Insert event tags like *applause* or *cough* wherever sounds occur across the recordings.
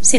Si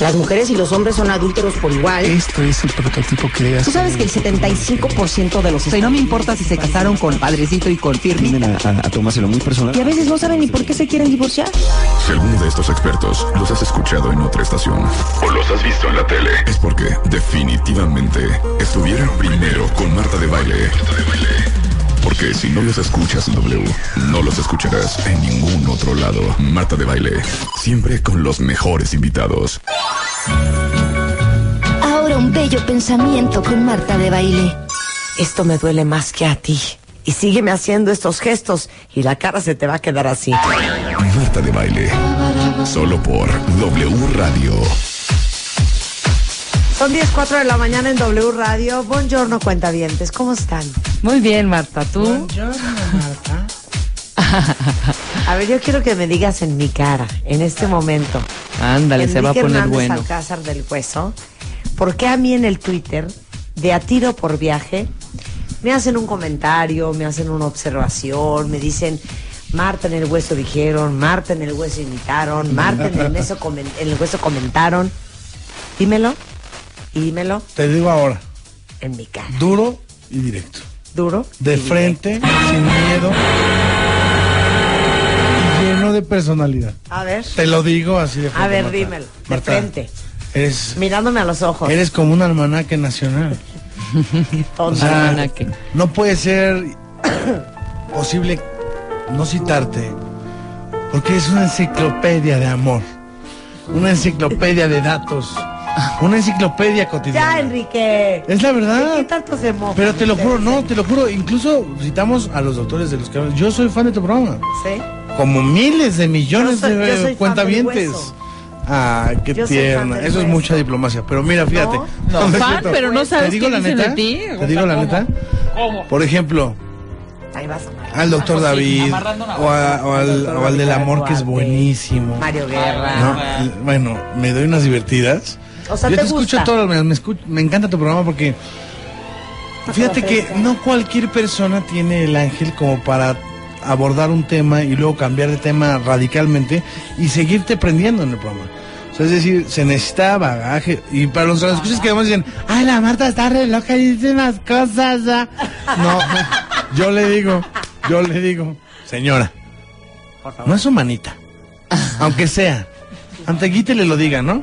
Las mujeres y los hombres son adúlteros por igual. Esto es el prototipo que le das. Tú sabes que el 75% de los... O sea, y no me importa si se casaron con Padrecito y con tienden Firmita. a, a- a tomárselo muy personal. Y a veces no saben ni por qué se quieren divorciar. Si alguno de estos expertos los has escuchado en otra estación o los has visto en la tele, es porque definitivamente estuvieron primero con Marta de Baile. Porque si no los escuchas en W, no los escucharás en ningún otro lado. Marta de Baile, siempre con los mejores invitados. Ahora un bello pensamiento con Marta de baile. Esto me duele más que a ti. Y sígueme haciendo estos gestos y la cara se te va a quedar así. Marta de Baile, solo por W Radio. Son 10, 4 de la mañana en W Radio. Buongiorno, cuentavientes. ¿Cómo están? Muy bien, Marta, tú. A ver, yo quiero que me digas en mi cara, en este momento. Ándale, se va a Enrique poner Hernández bueno. Alcázar del Hueso. ¿Por qué a mí en el Twitter, de a tiro por viaje, me hacen un comentario, me hacen una observación, me dicen, Marta en el Hueso dijeron, Marta en el Hueso imitaron, Marta en el, meso comen- en el Hueso comentaron? Dímelo, y dímelo Te digo ahora, en mi cara. duro y directo. Duro. De y directo. frente, sin miedo. Y lleno de personalidad. A ver. Te lo digo así de frente. A ver, Marta. dímelo, de Marta, frente. Eres, Mirándome a los ojos. eres como un almanaque nacional. O tonta. sea, almanaque. no puede ser *coughs* posible no citarte, porque es una enciclopedia de amor, una enciclopedia de datos, una enciclopedia cotidiana. Ya, Enrique. Es la verdad. ¿Qué tantos emojis? Pero te lo juro, no, te lo juro. Incluso citamos a los doctores de los que hablan. Yo soy fan de tu programa. Sí. Como miles de millones Yo soy- yo de soy fan eh, cuentavientes. del hueso. Ah, qué Yo soy fan tierna. del Eso es hueso. mucha diplomacia. Pero mira, fíjate. No, no, es fan, cierto. pero no sabes ¿Te digo qué la dicen neta? de ti, ¿Te digo la neta? Por ejemplo, Ahí vas a Mario. Ah, al doctor pues David o, a- o al, o al del amor que es buenísimo. Mario Guerra. No, bueno, me doy unas divertidas. O sea, Yo ¿te te, escucho gusta? todas las mañanas, me, escu- me encanta tu programa porque fíjate que no cualquier persona tiene el ángel como para abordar un tema y luego cambiar de tema radicalmente y seguirte prendiendo en el programa. O sea, es decir, se necesita bagaje. Y para los escuchas que además dicen, ay, la Marta está re loca y dice unas cosas. ah". No, *laughs* yo le digo, yo le digo, señora, no es su manita. Aunque sea. Antequite le lo diga, ¿no?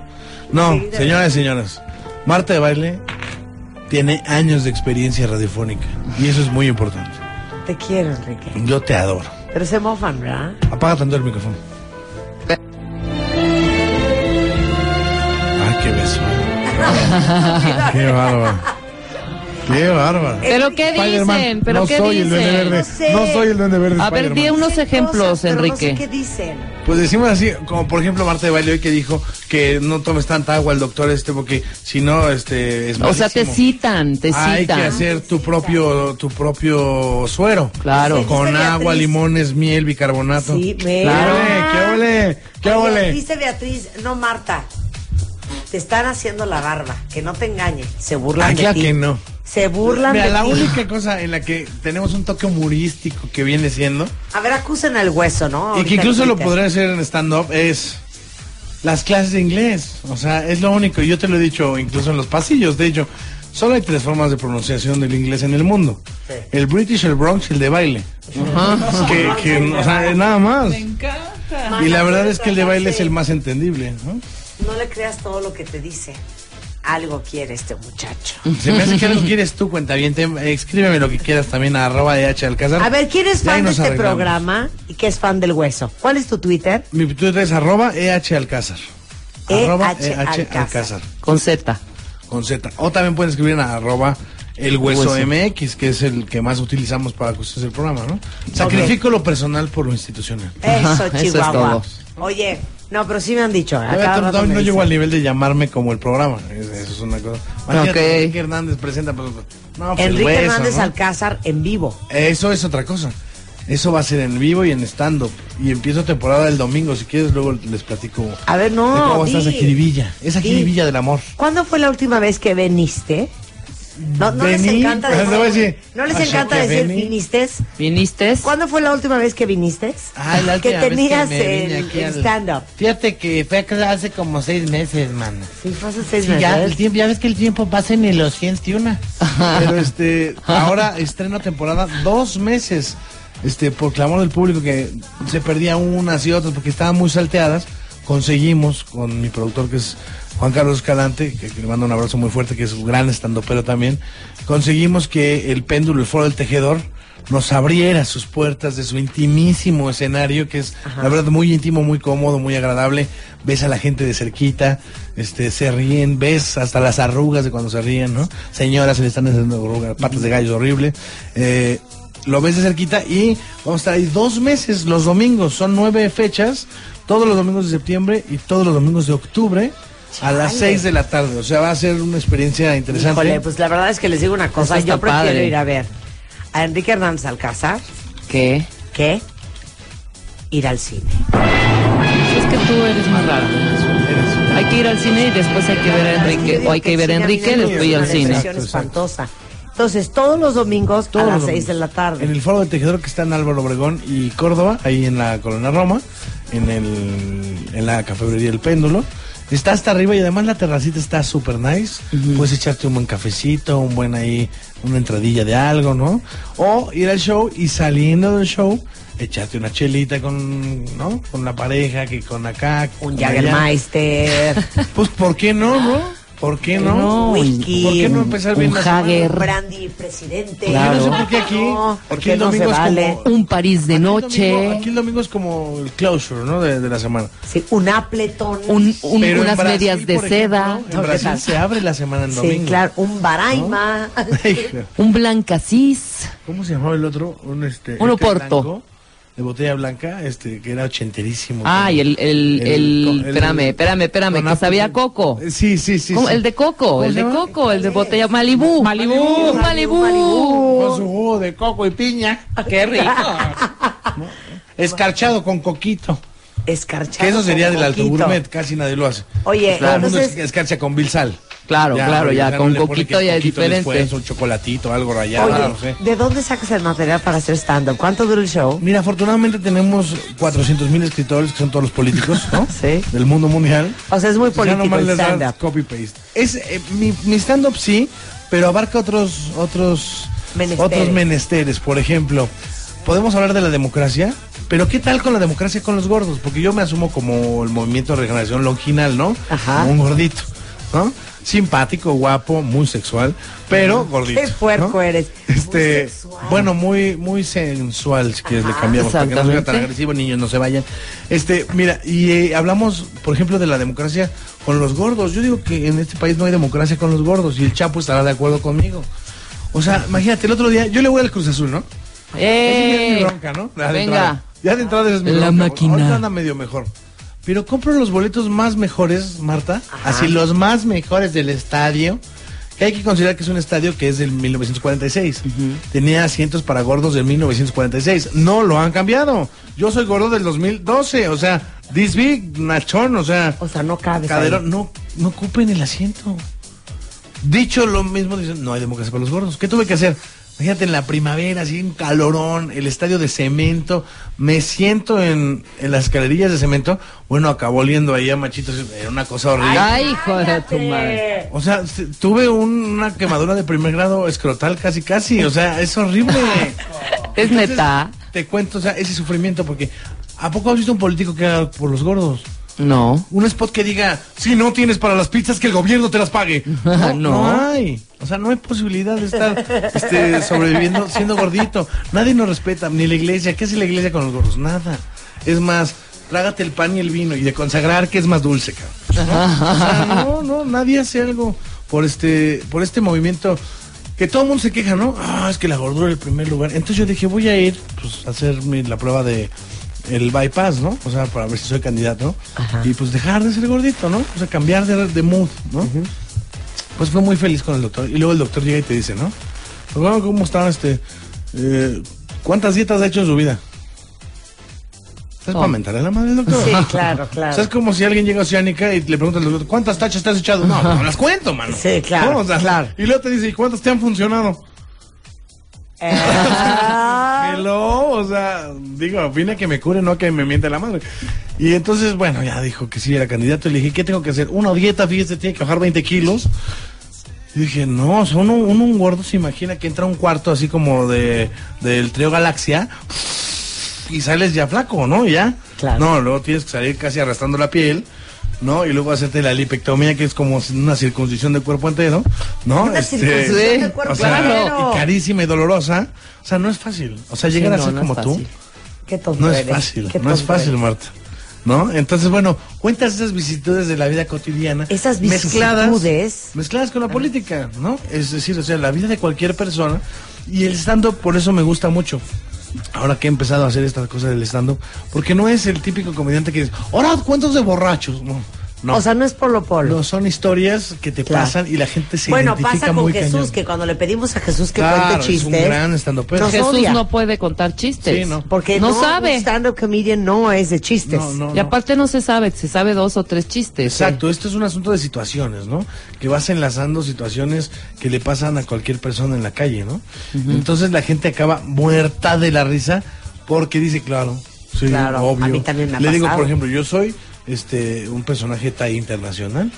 No, señoras y señores. Marta de Baile tiene años de experiencia radiofónica. Y eso es muy importante. Te quiero, Enrique. Yo te adoro. Pero se mofan, ¿verdad? Apaga tanto el micrófono. Ah, *laughs* qué beso. qué bárbaro. Qué bárbaro. ¿Pero qué dicen? Spider-Man, ¿Pero no qué soy el Duende dicen? Verde. No sé. No soy el Duende Verde. A ver, Spider-Man. di unos Dicen ejemplos, cosas, pero Enrique. No sé qué dicen. Pues decimos así, como por ejemplo Marta de Baile hoy que dijo que no tomes tanta agua el doctor este porque si no este es o sea, te malísimo. citan, te Hay que citan. hacer tu propio tu propio suero. Claro. Sí, Con dice agua, Beatriz. limones, miel, bicarbonato. Sí, me. ¿Qué Claro. ole? ¿Qué ole? ¿Qué Oye, ole? Dice Beatriz, no Marta. Te están haciendo la barba, que no te engañen. Se burlan Ah, de claro ti. que no. Se burlan Mira, de la ti. única cosa en la que tenemos un toque humorístico que viene siendo A ver, acusen al hueso, ¿no? y Ahorita que incluso en lo Twitter. podría hacer en stand-up es las clases de inglés. O sea, es lo único. Yo te lo he dicho incluso en los pasillos. De hecho, solo hay tres formas de pronunciación del inglés en el mundo. El British, el Bronx y el de baile. Que, que, o sea, nada más. Y la verdad es que el de baile es el más entendible. ¿no? No le creas todo lo que te dice. Algo quiere este muchacho. Se me hace que algo quieres tú, cuenta bien. Escríbeme lo que quieras también a arroba de H Alcázar. A ver, ¿quién es Y fan ahí de nos este arreglamos. programa y qué es fan del hueso? ¿Cuál es tu Twitter? Mi Twitter es arroba EH Alcázar. EH Arroba E Alcázar. Con Z. con Z. O también pueden escribir en arroba el hueso Hueso. MX, que es el que más utilizamos para cosas del programa, ¿no? Sacrifico lo personal por lo institucional. Eso, Eso es Chihuahua. todo. Oye, no, pero sí me han dicho. ¿eh? a Todavía Ah, cada no, rato todavía me no llego al dicen. nivel de llamarme como el programa. Es- Eso es una cosa. Imagínate, Ok. Enrique Hernández presenta. pues, no, pues, el Enrique hueso, Hernández ¿no? Alcázar en vivo. Eso es otra cosa. Eso va a ser en vivo y en stand-up. Y empiezo temporada el domingo. Si quieres, luego les platico. A ver, no, de ¿Cómo di. estás esa jiribilla? Esa Di. jiribilla del amor. ¿Cuándo fue la última vez que veniste? No, no les Vení, encanta pues, te voy a decir, decir, no les así encanta que decir vení. viniste. ¿Viniste? ¿Cuándo fue la última vez que viniste? Ah, *laughs* la que última vez tenías me vine el, aquí el al- stand-up. Fíjate que fue hace como seis meses, man. Sí, fue hace seis Sí, meses. ya, el tiempo, ya ves que el tiempo pasa en el 201. Pero este, ahora estreno temporada dos meses. Este, por clamor del público que se perdía unas y otras porque estaban muy salteadas. Conseguimos con mi productor que es Juan Carlos Escalante, que, que le mando un abrazo muy fuerte, que es un gran estandopero también. Conseguimos que el péndulo, el foro del tejedor, nos abriera sus puertas de su intimísimo escenario, que es la verdad muy íntimo, muy cómodo, muy agradable. Ves a la gente de cerquita, este, se ríen, ves hasta las arrugas de cuando se ríen, ¿no? Señoras se le están haciendo arrugas, patas de gallo horrible. Eh, lo ves de cerquita y vamos a estar ahí dos meses los domingos, son nueve fechas, todos los domingos de septiembre y todos los domingos de octubre a las Chale. seis de la tarde. O sea, va a ser una experiencia interesante. Híjole, pues la verdad es que les digo una cosa, Eso está yo prefiero padre. ir a ver a Enrique Hernández Alcázar ¿Qué? que ir al cine. Es que tú eres más raro. Eres- Hay que ir al cine y después hay que ver a Enrique. O hay que ver a Enrique, después ir al Es una cine. depresión espantosa. Entonces, todos los domingos Todos a las los seis domingos. de la tarde. En el foro de tejedor que está en Álvaro Obregón y Córdoba, ahí en la Colonia Roma, en, el, en la cafebrería El Péndulo. Está hasta arriba y además la terracita está súper nice. Puedes echarte un buen cafecito, un buen ahí, una entradilla de algo, ¿no? O ir al show y saliendo del show, echarte una chelita con, ¿no? Con la pareja, que con acá. que Un con allá. Jagermeister, *laughs* Pues, ¿por qué no, no? ¿Por qué no? No, whisky, ¿Por qué no empezar bien un la semana? Jager. Eh, un brandy presidente. Claro. Yo no sé por qué aquí, No, ¿por aquí qué el no se domingo es como- vale? Un París de Aquí el noche. domingo- aquí el domingo es como el closure, ¿no? De, de la semana. Sí, un apletón. un- un- Pero en unas Brasil, medias de por ejemplo, seda. En Brasil se abre la semana en Sí, domingo. *laughs* claro, un baraima. *laughs* Hijo, Un blancasís. ¿Cómo se llamaba el otro? Un este. Un este Oporto. blanco, De botella blanca, este, que era ochenterísimo. Ay, Ah, el, el, El- el, el- espérame, espérame, espérame, con que apple. sabía a coco. Eh, Sí, sí, sí. ¿Cómo? sí. El de coco, el se de llama? coco, el de botella Malibú. Malibú, Malibú. Con su jugo de coco y *laughs* piña. Ah, Qué *laughs* rico. Escarchado con coquito. Escarchado. Que eso con sería del alto coquito. gourmet, casi nadie lo hace. Oye, todo el mundo entonces- escarcha con Bill Sal. Claro, claro, ya, no con le pone coquito que ya es coquito diferente. Después, un chocolatito, algo rayado, Oye, no sé. ¿de dónde sacas el material para hacer stand-up? ¿Cuánto dura el show? Mira, afortunadamente tenemos 400 mil escritores, que son todos los políticos, *laughs* ¿no? Sí. Del mundo mundial. O sea, es muy Ya político nomás el les dan stand-up. Copy-paste. Es, eh, mi mi stand-up sí, pero abarca otros, otros, Menesteres. otros menesteres. Por ejemplo, podemos hablar de la democracia, pero ¿qué tal con la democracia con los gordos? Porque yo me asumo como el movimiento de regeneración longinal, ¿no? Ajá. Como un gordito, ¿no? Simpático, guapo, muy sexual, pero gordito. Qué puerco ¿no? eres. Muy Este, sexual. bueno, muy, muy sensual, si quieres le cambiamos para que no sea tan exactamente. agresivo, niños, no se vayan. Este, mira, y eh, hablamos, por ejemplo, de la democracia con los gordos. Yo digo que en este país no hay democracia con los gordos y el Chapo estará de acuerdo conmigo. O sea, imagínate, el otro día, yo le voy al Cruz Azul, ¿no? Esa ya es mi ¡Eh! bronca, ¿no? Ya de Venga. entrada. Ya de entrada esa es mi La bronca. máquina. Ahorita anda medio mejor. Pero compro los boletos más mejores, Marta. Así, los más mejores del estadio. Que hay que considerar que es un estadio que es del 1946. Tenía asientos para gordos del 1946. No lo han cambiado. Yo soy gordo del 2012. O sea, this big, nachón. O sea, O sea, no cabes caderón. No, no ocupen el asiento. Dicho lo mismo, dicen, no hay democracia para los gordos. ¿Qué tuve que hacer? Imagínate en la primavera, así un calorón, el estadio de cemento. Me siento en, en las escalerillas de cemento. Bueno, acabó oliendo ahí a machitos. Era una cosa horrible. ¡Ay, hijo de tu madre! O sea, se- tuve un- una quemadura de primer grado escrotal casi, casi. O sea, es horrible. Es neta. Te cuento, o sea, ese sufrimiento porque... ¿A poco has visto un político que haga por los gordos? No. un spot que diga, si no tienes para las pizzas, que el gobierno te las pague. *laughs* No. No, no hay. O sea, no hay posibilidad de estar este, sobreviviendo siendo gordito. Nadie nos respeta, ni la iglesia. ¿Qué hace la iglesia con los gordos? Nada. Es más, trágate el pan y el vino y de consagrar que es más dulce, cabrón. ¿No? O sea, no, no, nadie hace algo por este, por este movimiento que todo el mundo se queja, ¿no? Ah, es que la gordura es el primer lugar. Entonces yo dije, voy a ir pues, a hacer mi- la prueba de el bypass, ¿no? O sea, para ver si soy candidato. Y pues dejar de ser gordito, ¿no? O sea, cambiar de, de mood, ¿no? Pues fue muy feliz con el doctor. Y luego el doctor llega y te dice, ¿no? Pues, bueno, ¿Cómo está este? eh, ¿Cuántas dietas ha hecho en su vida? Es Oh. para mentarle la madre al doctor. Sí, *laughs* claro, claro. O sea, es como si alguien llega a Oceánica y le pregunta al doctor, ¿cuántas tachas te has echado? No, no las cuento, mano. Sí, claro, No, *laughs* o sea, claro. Y luego te dice, ¿y cuántas te han funcionado? Eh, *laughs* Ah, Hello, o sea, digo, vine a que me cure, no a que me miente la madre. Y entonces, bueno, ya dijo que sí era candidato. Y le dije, ¿qué tengo que hacer? Una dieta, fíjese, tiene que bajar 20 kilos. Y dije, no, o sea, uno, uno un gordo se imagina que entra a un cuarto así como de del trío Galaxia y sales ya flaco, ¿no? Ya. Claro. No, luego tienes que salir casi arrastrando la piel. ¿No? Y luego hacerte la lipectomía, que es como una circuncisión de cuerpo entero, ¿no? Una Este, circuncisión de cuerpo o sea, entero. y carísima y dolorosa. O sea, no es fácil. O sea, Sí, llegar no, a ser no es como tú fácil. Qué tonto no es eres, fácil. qué No es tonto fácil, eres. Marta. ¿No? Entonces, bueno, cuentas esas vicisitudes de la vida cotidiana. Esas vicisitudes. Ah. Mezcladas, mezcladas con la política, ¿no? Es decir, o sea, la vida de cualquier persona. Y el stand-up, por eso me gusta mucho. Ahora que he empezado a hacer esta cosa del stand-up, porque no es el típico comediante que dice, ahora cuentos de borrachos. No, no. O sea, no es polo polo. no son historias que te Claro. pasan y la gente se bueno, identifica pasa con muy Jesús, cañón. que cuando le pedimos a Jesús que Claro, cuente es un chistes. gran estandopero. nos Jesús odia. no puede contar chistes. Sí, no. Porque no, no, sabe. Un stand-up comedian no es de chistes. No, no, y no. aparte no se sabe, se sabe dos o tres chistes. *laughs* Exacto, esto es un asunto de situaciones, ¿no? Que vas enlazando situaciones que le pasan a cualquier persona en la calle, ¿no? Entonces la gente acaba muerta de la risa porque dice, claro, sí, Claro, obvio. a mí también me ha le digo, pasado. por ejemplo, yo soy este un personaje talla internacional.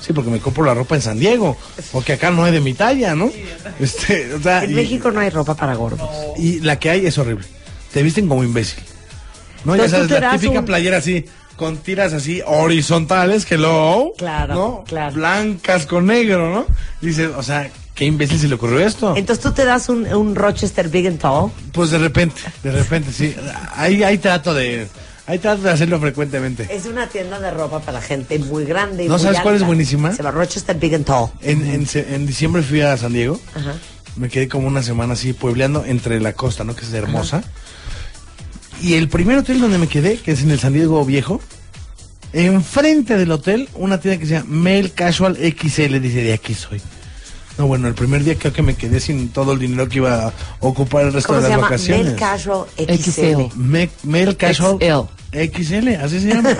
Sí, porque me compro la ropa en San Diego, porque acá no hay de mi talla, ¿no? Este, o sea, En y, México no hay ropa para gordos. y la que hay es horrible. Te visten como imbécil. No, ya Entonces, sabes, tú te la das típica un- playera así, con tiras así horizontales, hello. Claro, ¿no? claro. Blancas con negro, ¿no? Dices, o sea, qué imbécil se le ocurrió esto. Entonces tú te das un, un Rochester Big and Tall. Pues de repente, de repente, sí. Ahí, ahí trato de. Ahí trato de hacerlo frecuentemente. Es una tienda de ropa para gente muy grande. y ¿No muy sabes cuál alta. es buenísima? Se llama Rochester Big and Tall. En, en se- en diciembre fui a San Diego. Ajá. Me quedé como una semana así puebleando entre la costa, ¿no? Que es hermosa. Y el primer hotel donde me quedé, que es en el San Diego Viejo, enfrente del hotel, una tienda que se llama Mail Casual XL, dice, de aquí soy. No, bueno, el primer día creo que me quedé sin todo el dinero que iba a ocupar el resto ¿Cómo de se las llama? vacaciones. Mel Casual XL. XL. Me- Mail Casual XL. XL, así se llama.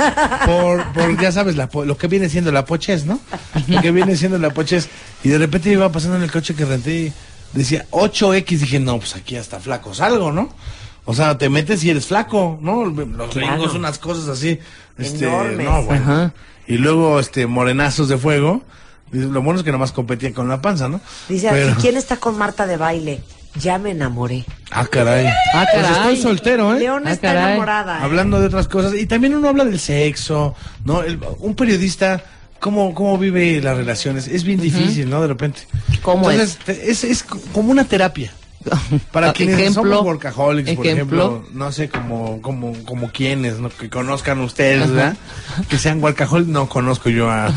Por, por, ya sabes, la po- lo que viene siendo la poches, ¿no? Lo que viene siendo la poches. Y de repente iba pasando en el coche que renté y decía 8X. Dije, no, pues aquí hasta flaco salgo, ¿no? O sea, te metes y eres flaco, ¿no? Claro. Los gringos, unas cosas así. Este, Enormes. no, bueno. Ajá. Y luego, este, morenazos de fuego. Y Lo bueno es que nomás competían con la panza, ¿no? Dice, Pero- aquí, ¿quién está con Marta de baile? Ya me enamoré. Ah, caray. Ah, Pues caray. estoy soltero, ¿eh? Leona Ah, está caray. enamorada. ¿eh? Hablando de otras cosas. Y también uno habla del sexo, ¿no? El- un periodista, ¿cómo, ¿cómo vive las relaciones? Es bien difícil, ¿no? De repente. ¿Cómo Entonces, te- es? es c- como una terapia. Para Ah, quienes ejemplo, somos workaholics, por ejemplo. ejemplo, no sé, como, como, como quienes, ¿no? que conozcan ustedes, ¿verdad? Que sean workaholics, no conozco yo a, a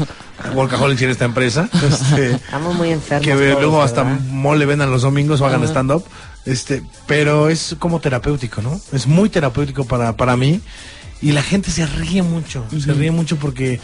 workaholics en *laughs* esta empresa. Este, Estamos muy enfermos. que todos, luego hasta ¿verdad? mole vendan los domingos o hagan stand-up. Este, pero es como terapéutico, ¿no? Es muy terapéutico para, para mí. Y la gente se ríe mucho, se ríe mucho porque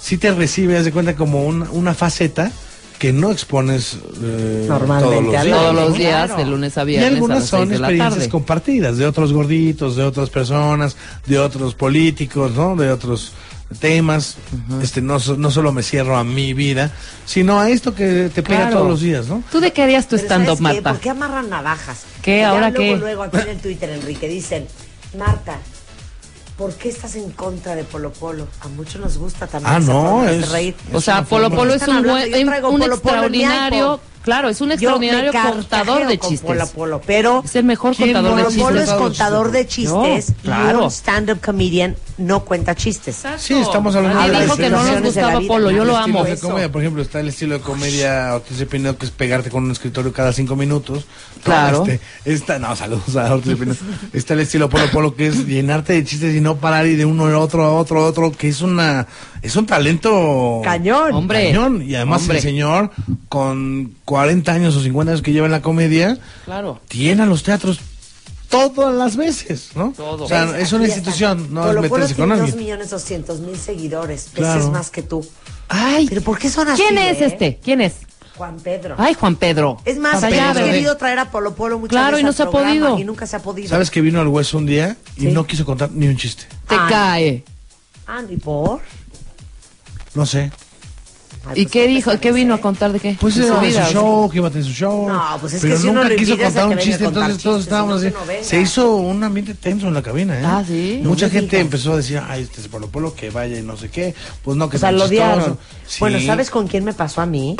si te recibe, haz de cuenta, como un- una faceta que no expones eh, Normalmente, todos los días. Claro, Todos los claro. días, de lunes a Y viernes a algunas las seis son de la experiencias tarde. compartidas de otros gorditos, de otras personas, de otros políticos, ¿no? De otros temas. Este no, so- no solo me cierro a mi vida, sino a esto que te pega Claro. todos los días, ¿no? ¿Tú de qué harías tu Pero ¿sabes stand-up, qué? Marta? ¿Por qué amarran navajas? ¿Qué? Ya ¿Ahora luego, qué? Luego aquí en el Twitter, Enrique, dicen, Marta, ¿por qué estás en contra de Polo Polo? A muchos nos gusta también. Ah, esa no, forma de es- reír. O sea, una Polo forma. Polo es Están un, hablando, buen- yo en- traigo un Polo Polo en mi extraordinario, iPod. claro, es un Yo me extraordinario carcajeo contador de con chistes. Polo Polo, pero Es el mejor ¿Quién contador no de lo Polo Polo chistes. es contador de chistes. No, claro. Y un stand-up comedian no cuenta chistes. Sí, estamos hablando Nadie de dijo las que no nos situaciones de la gustaba vida, Polo, ¿no? yo El lo estilo amo. de comedia, por ejemplo, está el estilo de comedia Ortiz Pinedo, que es pegarte con un escritorio cada cinco minutos. Claro. Este, está, no, saludos a Ortiz *laughs* Pinedo. Está el estilo Polo Polo, que es llenarte de chistes y no parar y de uno a otro, a otro, a otro, que es una, es un talento. Cañón. Hombre. Cañón. Y además Hombre. el señor, con 40 años o 50 años que lleva en la comedia, Claro. llena los teatros todas las veces, ¿no? Todo. Pues, O sea, es una institución, no es Polo Polo meterse con tiene dos alguien. millones doscientos mil seguidores, Claro. veces más que tú. Ay, Pero ¿por qué son así? ¿quién es eh? este? ¿Quién es? Juan Pedro. Ay, Juan Pedro. Es más, Juan hemos Pedro. querido traer a Polo Polo muchas Claro, veces y no al se ha programa podido. Y nunca se ha podido. ¿Sabes que vino al hueso un día y Sí. no quiso contar ni un chiste? Te Ay. cae. Ah, ¿y por? No sé. Ay, ¿Y pues, qué dijo? ¿Qué pesadez, vino ¿eh? a contar de qué? Pues De era su de vida, o su sea. show, que iba a tener su show. No, pues es que pero si uno nunca lo quiso invitas a contar que un venga a chiste, contar entonces todos chistes, estábamos así. entonces no venga. se hizo un ambiente tenso en la cabina, ¿eh? Ah, ¿sí? Y Mucha No me gente digas. empezó a decir, ay, este es Polo Polo, que vaya y no sé qué. Pues no, que O sea, tan lo chistoso. odiaron. Sí. Bueno, ¿sabes con quién me pasó a *clears throat* mí?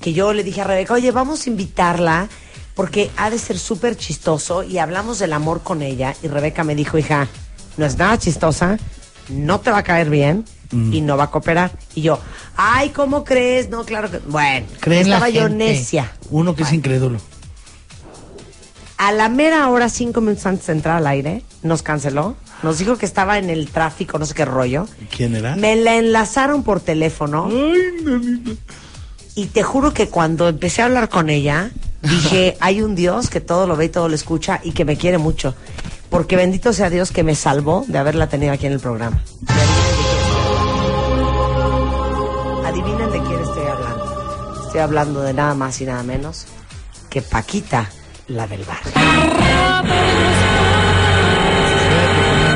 que yo le dije a Rebeca, oye, vamos a invitarla porque ha de ser súper chistoso y hablamos del amor con ella. Y Rebeca me dijo, hija, no es nada chistosa, no te va a caer bien Mm. y no va a cooperar. Y yo, ay, ¿cómo crees? No, claro que... Bueno, Cree en la estaba yo gente. necia. Uno que es incrédulo. A la mera hora, cinco minutos antes de entrar al aire, nos canceló. Nos dijo que estaba en el tráfico, no sé qué rollo. ¿Quién era? Me la enlazaron por teléfono. Y te juro que cuando empecé a hablar con ella, *laughs* dije, hay un Dios que todo lo ve y todo lo escucha y que me quiere mucho. Porque bendito sea Dios que me salvó de haberla tenido aquí en el programa. Adivinen de quién estoy hablando. Estoy hablando de nada más y nada menos que Paquita, la del bar. Una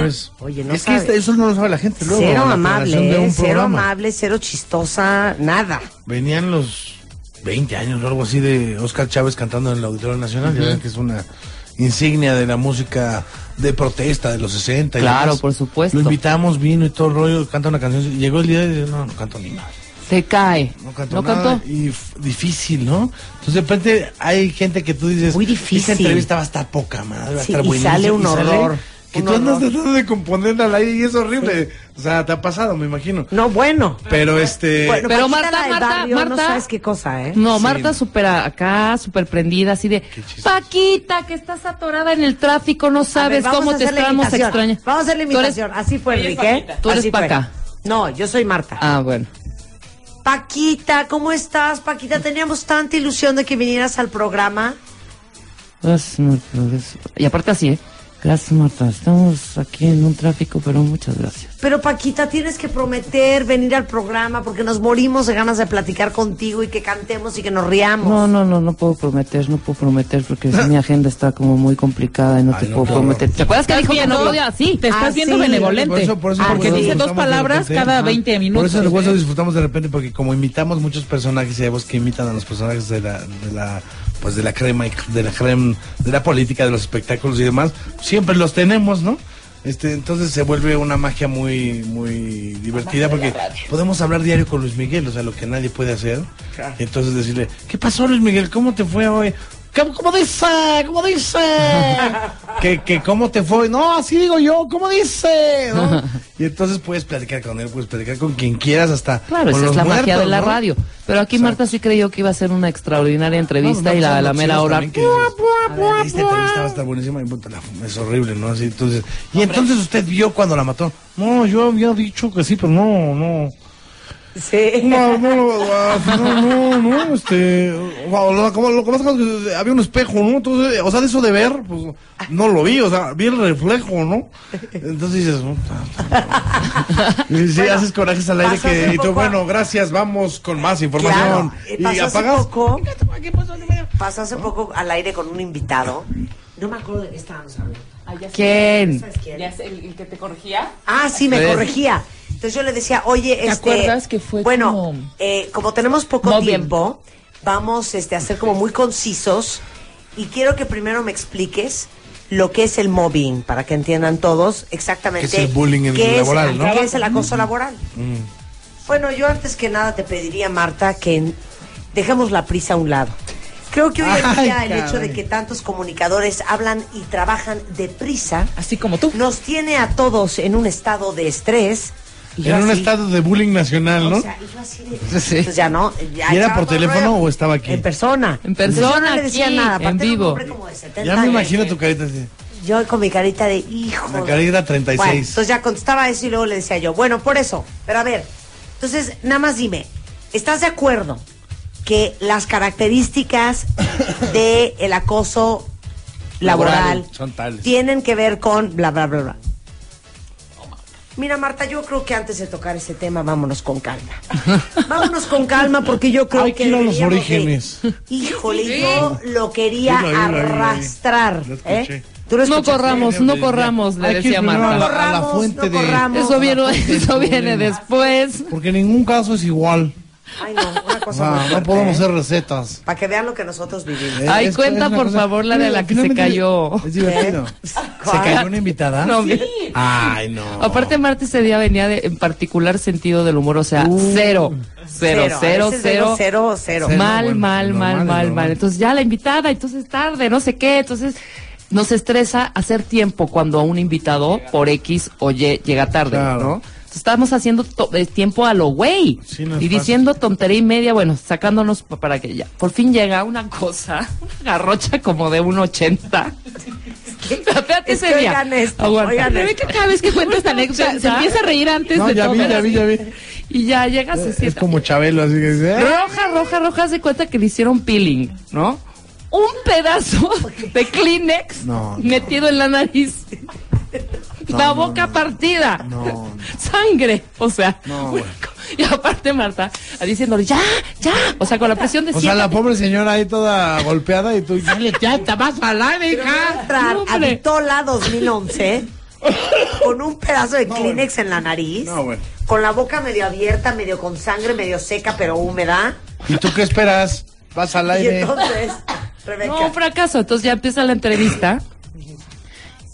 vez. Oye, no Pues, es sabe. que esta- eso no lo sabe la gente. Luego, Cero la preparación de amable, un ¿eh? cero programa. amable, cero chistosa, nada. Venían los 20 años o algo así de Oscar Chávez cantando en el Auditorio Nacional, ya ven que es una insignia de la música de protesta de los 60. y Claro, demás. por supuesto. Lo invitamos, vino y todo el rollo, canta una canción. y Llegó el día y dice, no, no canto ni nada. Te cae. No cantó ¿No nada. cantó? Y f- difícil, ¿no? Entonces de repente hay gente que tú dices, Muy difícil. Esta entrevista va a estar poca madre, va a Sí, estar y buenísima", sale un horror, que un tú andas horror. tratando de componerla al aire y es horrible. O sea, te ha pasado, me imagino. No, bueno. Pero este. Bueno, Pero Paquita, Marta, la del Marta, barrio, no Marta. sabes qué cosa, ¿eh? No, Sí. Marta súper acá, súper prendida, así de, chistoso. Paquita, que estás atorada en el tráfico, no A ver, sabes vamos cómo a te hacer la estamos imitación. extrañando. Vamos a hacer la Tú eres- imitación. Así fue, Enrique. Tú eres Así fue. Paca. No, yo soy Marta. Ah, bueno. Paquita, ¿cómo estás? Paquita, teníamos tanta ilusión de que vinieras al programa. Gracias, Marta. gracias. Y aparte así, ¿eh? Gracias, Marta. Estamos aquí en un tráfico, pero muchas gracias. Pero Paquita, tienes que prometer venir al programa porque nos morimos de ganas de platicar contigo y que cantemos y que nos riamos. No, no, no, no puedo prometer, no puedo prometer *laughs* porque sí, mi agenda está como muy complicada y no te Ay, no, puedo qué prometer. ¿Te acuerdas que Estás dijo que no viendo- podía? Sí, Te estás Ah, viendo sí. benevolente. Por eso- por eso- Ah, porque por eso dice dos disfrutamos palabras de repente. cada Ajá. 20 Por minutos. eso el hueso disfrutamos de repente porque como imitamos muchos personajes y hay voz que imitan a los personajes de la, de la pues de la crema y de la crema de la política de los espectáculos y demás, siempre los tenemos, ¿no? Este, entonces se vuelve una magia muy muy divertida porque podemos hablar diario con Luis Miguel, o sea, lo que nadie puede hacer. Y entonces decirle, "¿Qué pasó Luis Miguel? ¿Cómo te fue hoy?" ¿Cómo, cómo dice? ¿Cómo dice? que, que cómo te fue. No, así digo yo, ¿cómo dice? ¿No? *laughs* Y entonces puedes platicar con él, puedes platicar con quien quieras hasta. Claro, con esa es los la magia muertos, de la ¿no? radio. Pero aquí Exacto. Marta sí creyó que iba a ser una extraordinaria entrevista No, y no, la, son la los mera chidos hora. también que dices, a ver, Esta entrevista va a estar buenísima y puta, la- es horrible, ¿no? Así, entonces, y entonces usted vio cuando la mató. No, yo había dicho que sí, pero no, no. Sí. No, no, no, no, no, no, este, wow, lo, como- lo que pasa es que había un espejo, ¿no? Entonces, o sea, de eso de ver, pues, no lo vi, o sea, vi el reflejo, ¿no? Entonces dices, "Puta". y sí, haces corajes al aire pasó que, hace y tú, poco a- bueno, gracias, vamos con más información. Claro. Eh, pasó y hace apagas. poco. Pasó hace poco al aire con un invitado. No me acuerdo de qué estábamos hablando. ¿Quién? ¿Sabes quién? el, que te corregía? Ah, sí, me Sí. corregía. Entonces yo le decía, oye, este, acuerdas que fue bueno, como- eh, como tenemos poco Móvil. tiempo, vamos este, a ser como muy concisos y quiero que primero me expliques lo que es el mobbing, para que entiendan todos exactamente ¿Qué es el bullying en- qué es- laboral, no? qué es el acoso laboral. Bueno, yo antes que nada te pediría, Marta, que en- dejemos la prisa a un lado. Creo que hoy en Ay, día el hecho de caray. que tantos comunicadores hablan y trabajan deprisa Así como tú. nos tiene a todos en un estado de estrés. Y yo En un así, estado de bullying nacional, ¿no? O sea, y yo así de- Sí. Entonces ya no. ya ¿Y era echaba por todo el teléfono rollo. o estaba aquí? En persona. En Entonces yo persona, no le decía aquí, nada. en aparte era un vivo. hombre como de 70 ya me años. imagino tu carita así. Yo con mi carita de hijo. La carita 36. Bueno, entonces ya contestaba eso y luego le decía yo, bueno, por eso. Pero a ver, entonces nada más dime, ¿estás de acuerdo que las *coughs* características de el acoso laboral Laboral, son tales. tienen que ver con bla bla bla bla? Mira, Marta, yo creo que antes de tocar ese tema, vámonos con *laughs* calma. vámonos con calma porque yo creo Hay que ir a los deberíamos de- orígenes. Híjole, yo lo quería Sí, lo oí, lo oí, lo oí. arrastrar. Lo ¿eh? escuché. Tú lo No escuchaste? corramos, no corramos, le Hay que decía ir primero a Marta. la- a la Corramos, fuente no de- corramos. Eso viene, la *laughs* fuente eso del viene problema. después. Porque ningún caso es igual. Ay, no, una O cosa sea, muy Ah, no fuerte, podemos ¿eh? hacer recetas. Para que vean lo que nosotros vivimos. Eh, Ay, es- cuenta, es una por favor, la de la que se Finalmente, cayó. *laughs* Es divertido. ¿Se cayó una invitada? No, mira. Ay, no. Aparte, Marta ese día venía de, en particular sentido del humor, o sea, Uh. cero, cero, Cero, cero, a veces cero. vengo cero, cero. Cero. Mal, Bueno, mal, mal, normal, es mal, mal. normal. Entonces ya la invitada, entonces tarde, no sé qué, entonces nos estresa hacer tiempo cuando un invitado por X o Y llega tarde, Claro. ¿no? Entonces, estamos haciendo to- eh, tiempo a lo güey Sí, no es y fácil. diciendo tontería y media, bueno, sacándonos pa- para que ya. Por fin llega una cosa, *laughs* una garrocha como de un 80. *laughs* Espérate Es que ese día. oigan esto, Aguanta. oigan Pero ve esto. que cada vez que cuentas esta anécdota se empieza a reír antes No, de ya todo. vi, ya vi, ya vi. Eh, Y ya llegas Es- así. Es como Chabelo, así que dice, "Ah". Roja, roja, roja, se cuenta que le hicieron peeling, ¿no? Un pedazo de Kleenex No, no. metido en la nariz. la boca partida. No. Sangre. O sea. No, una güey. co- *laughs* Y aparte Marta, diciéndole, ya, ya. O sea, con la presión de O sea, la siéntate. pobre señora ahí toda golpeada y tú, dale, ya te vas a hablar, hija. Entrar No, a hombre. Vitola 2011 con un pedazo de Kleenex en la nariz, No, bueno. con la boca medio abierta, medio con sangre, medio seca, pero húmeda. ¿Y tú qué esperas? Vas al Y aire. entonces, Rebeca, No, fracaso. Entonces ya empieza la entrevista.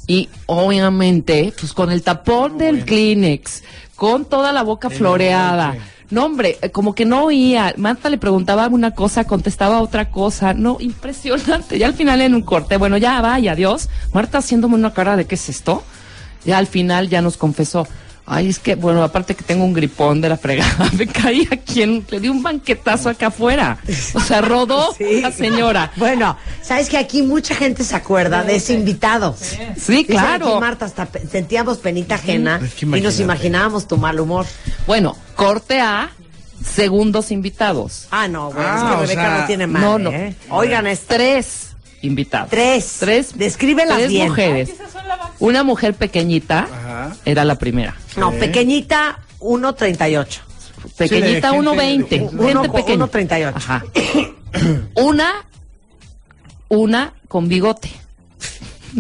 Y obviamente, pues con el tapón del Kleenex, con toda la boca floreada. No, hombre, eh, como que no oía. Marta le preguntaba una cosa, contestaba otra cosa. No, impresionante. Ya al final en un corte, bueno, ya vaya, adiós. Marta haciéndome una cara de qué es esto. Ya al final ya nos confesó. Ay, es que, bueno, aparte que tengo un gripón de la fregada, *laughs* me caí aquí, en- le di un banquetazo acá afuera. O sea, rodó *laughs* Sí. la señora. bueno, sabes que aquí mucha gente se acuerda de ese invitado. Sí, Sí, claro. Marta, hasta pe- sentíamos penita ajena Es que y nos imagínate. imaginábamos tu mal humor. Bueno, corte a segundos invitados. Ah, no, bueno, Ah, es que o Rebeca sea, no tiene madre. no, no. ¿eh? Oigan, este. Tres invitados. Tres. Tres. Descríbelas tres bien. mujeres. Una mujer pequeñita Ajá. era la primera. No, pequeñita, 1.38. Pequeñita, gente- 1.20. de Gente, gente- Uno- pequeña. 1.38. Ajá. una, una con bigote.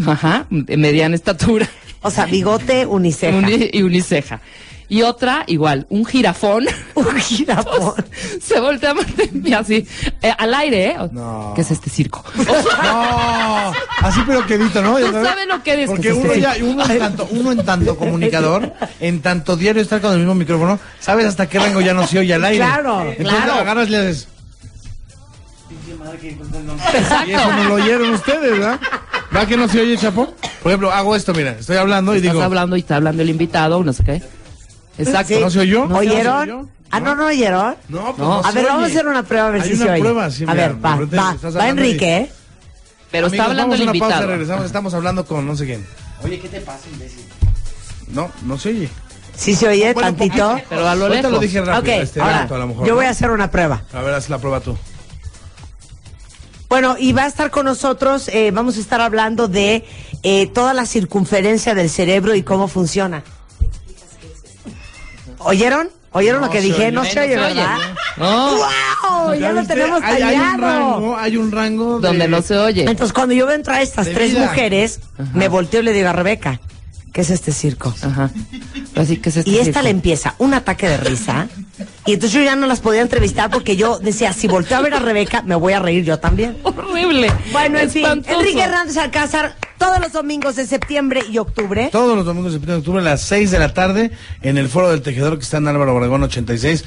Ajá, de mediana estatura. O sea, bigote uniceja. *laughs* Uni- y uniceja. Y otra, igual, un jirafón. Un jirafón. Se voltea a Marta y me así, eh, al aire, ¿eh? No. ¿Qué es este *laughs* circo? No, así pero quedito, ¿no? Tú sabes lo que este eres. Porque Que se uno, esté- ya, uno, en tanto, uno en tanto comunicador, en tanto diario estar con el mismo micrófono, sabes hasta qué rango ya no se oye al aire. Claro, Entonces claro. agarras y le haces, y eso no Exacto. lo oyeron ustedes, ¿verdad? ¿Va que no se oye, Chapo? Por ejemplo, hago esto, mira, estoy hablando y Estás digo, hablando y está hablando el invitado, no sé qué. Exacto. ¿no se oyó? ¿Oyeron? ¿No se oyó? Ah, no, no oyeron. No, pues No. no a se ver, vamos a oye. hacer una prueba a ver Hay si una se oye. prueba, sí, a mira, ver, va, Lourdes, va, estás va hablando Enrique, y- ¿eh? Pero está Amigos, hablando vamos a el una invitado. pausa, regresamos, estamos hablando con no sé quién. Oye, ¿qué te pasa, imbécil? No, no se oye. Sí se oye Bueno, tantito. poquito. Pero a lo Ahorita lejos. lo dije rápido. ok, este, ahora, lento a lo mejor, yo ¿no? voy a hacer una prueba. A ver, haz la prueba tú. Bueno, y va a estar con nosotros, eh, vamos a estar hablando de eh, toda la circunferencia del cerebro y cómo funciona. ¿Oyeron? ¿Oyeron No lo que se dije? oye. No se No oye, se oye, ¿verdad? No. ¡Wow! Ya, lo viste? tenemos hay, hay un tallado. rango, hay un rango de- Donde no se oye. Entonces, cuando yo veo entrar a estas De tres vida. mujeres, me volteo y le digo a Rebeca, ¿qué es este circo? Ah, Ajá. Así que es este Y circo. esta le empieza un ataque de risa. Y entonces yo ya no las podía entrevistar porque yo decía, si volteo a ver a Rebeca, me voy a reír yo también. *laughs* Horrible. Bueno, en fin, Espantoso. Enrique Hernández Alcázar, todos los domingos de septiembre y octubre. Todos los domingos de septiembre de octubre a las 6 de la tarde en el Foro del Tejedor que está en Álvaro Obregón 86,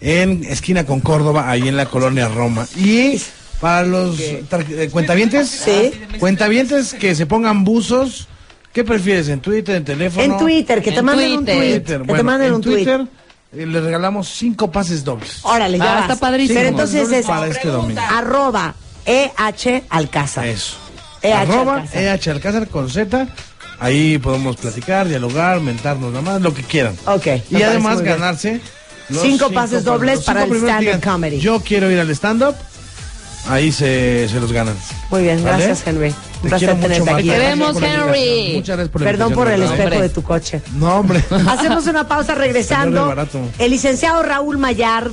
en esquina con Córdoba, ahí en la colonia Roma. Y para los tar- eh, cuentavientes, Sí. cuentavientes que se pongan buzos, ¿qué prefieres? ¿En Twitter, en teléfono? En Twitter, que te En manden un Twitter. tweet. Twitter. Que te Bueno, manden en un tweet. Twitter eh, le regalamos cinco pases dobles. Órale, ya. Ah, vas. está padrísimo. Pero entonces Dobles es para este domingo. arroba EH Alcázar. Eso. EH Arroba Alcázar. EH Alcázar con Z. Ahí podemos platicar, dialogar, mentarnos, nada más, lo que quieran. Ok. me Y parece además muy bien. ganarse Cinco pases dobles los para el primeros que stand-up digan, comedy. Yo quiero ir al stand-up. ahí se, se los ganan. Muy bien, ¿Vale? gracias, Henry. Un Te placer quiero mucho, tenerte Marta. aquí. Te Gracias vemos, por la invitación. Henry. Muchas gracias por la Perdón por el invitación, de verdad. ¿eh? espejo de Hombre. tu coche. *laughs* No, hombre. *laughs* Hacemos una pausa Salió de regresando. barato. El licenciado Raúl Mayar,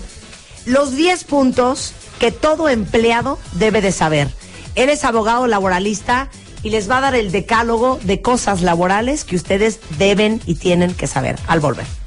los 10 puntos que todo empleado debe de saber. Él es abogado laboralista y les va a dar el decálogo de cosas laborales que ustedes deben y tienen que saber al volver.